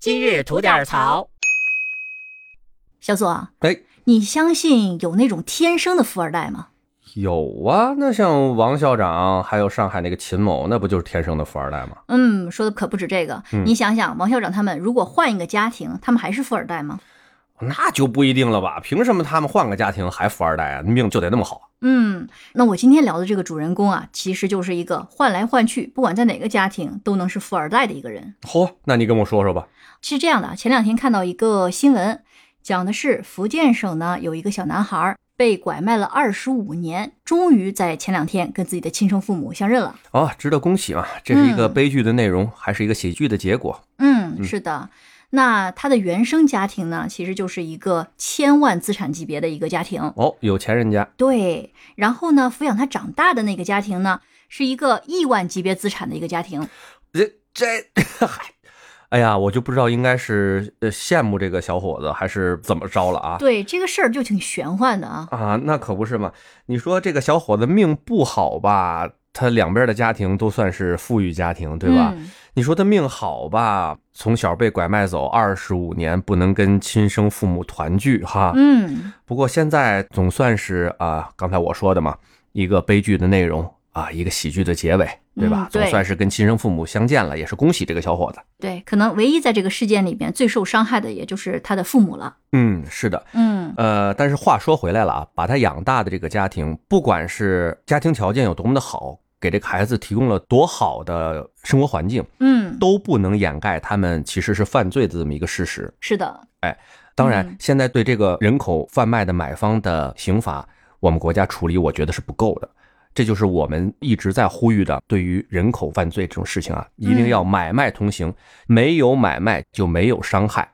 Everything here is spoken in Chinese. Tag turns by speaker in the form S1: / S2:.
S1: 今日吐点槽。
S2: 小左，
S3: 哎，
S2: 你相信有那种天生的富二代吗？
S3: 有啊，那像王校长，还有上海那个秦某，那不就是天生的富二代吗？
S2: 嗯，说的可不止这个。
S3: 嗯
S2: 你想想，王校长他们如果换一个家庭，他们还是富二代吗？
S3: 那就不一定了吧？凭什么他们换个家庭还富二代啊？命就得那么好？
S2: 嗯，那我今天聊的这个主人公啊，其实就是一个换来换去，不管在哪个家庭都能是富二代的一个人。
S3: 嚯，那你跟我说说吧。
S2: 是这样的，啊前两天看到一个新闻，讲的是福建省呢有一个小男孩儿被拐卖了二十五年，终于在前两天跟自己的亲生父母相认了。
S3: 啊，值得恭喜嘛！这是一个
S2: 嗯
S3: 悲剧的内容，还是一个喜剧的结果？
S2: 嗯，
S3: 嗯
S2: 是的。那他的原生家庭呢，其实就是一个千万资产级别的一个家庭。
S3: 哦，有钱人家
S2: 对，然后呢，抚养他长大的那个家庭呢，是一个亿万级别资产的一个家庭。
S3: 这 这，嗨，哎呀，我就不知道应该是呃羡慕这个小伙子，还是怎么着了啊？
S2: 对这个事儿就挺玄幻的啊。
S3: 啊，那可不是嘛！你说这个小伙子命不好吧？他两边的家庭都算是富裕家庭，对吧？
S2: 嗯
S3: 你说他命好吧？从小被拐卖走二十五年，不能跟亲生父母团聚哈。
S2: 嗯
S3: 不过现在总算是啊，刚才我说的嘛，一个悲剧的内容啊，一个喜剧的结尾，对
S2: 嗯
S3: 吧？
S2: 对
S3: 总算是跟亲生父母相见了，也是恭喜这个小伙子。
S2: 对，可能唯一在这个事件里面最受伤害的，也就是他的父母了。
S3: 嗯，是的，
S2: 嗯
S3: 呃，但是话说回来了啊，把他养大的这个家庭，不管是家庭条件有多么的好，给这个孩子提供了多好的生活环境，
S2: 嗯，
S3: 都不能掩盖他们其实是犯罪的这么一个事实。
S2: 是的，
S3: 当然
S2: 嗯，
S3: 现在对这个人口贩卖的买方的刑罚，我们国家处理我觉得是不够的。这就是我们一直在呼吁的，对于人口犯罪这种事情啊，一定要买卖同行，没有买卖就没有伤害。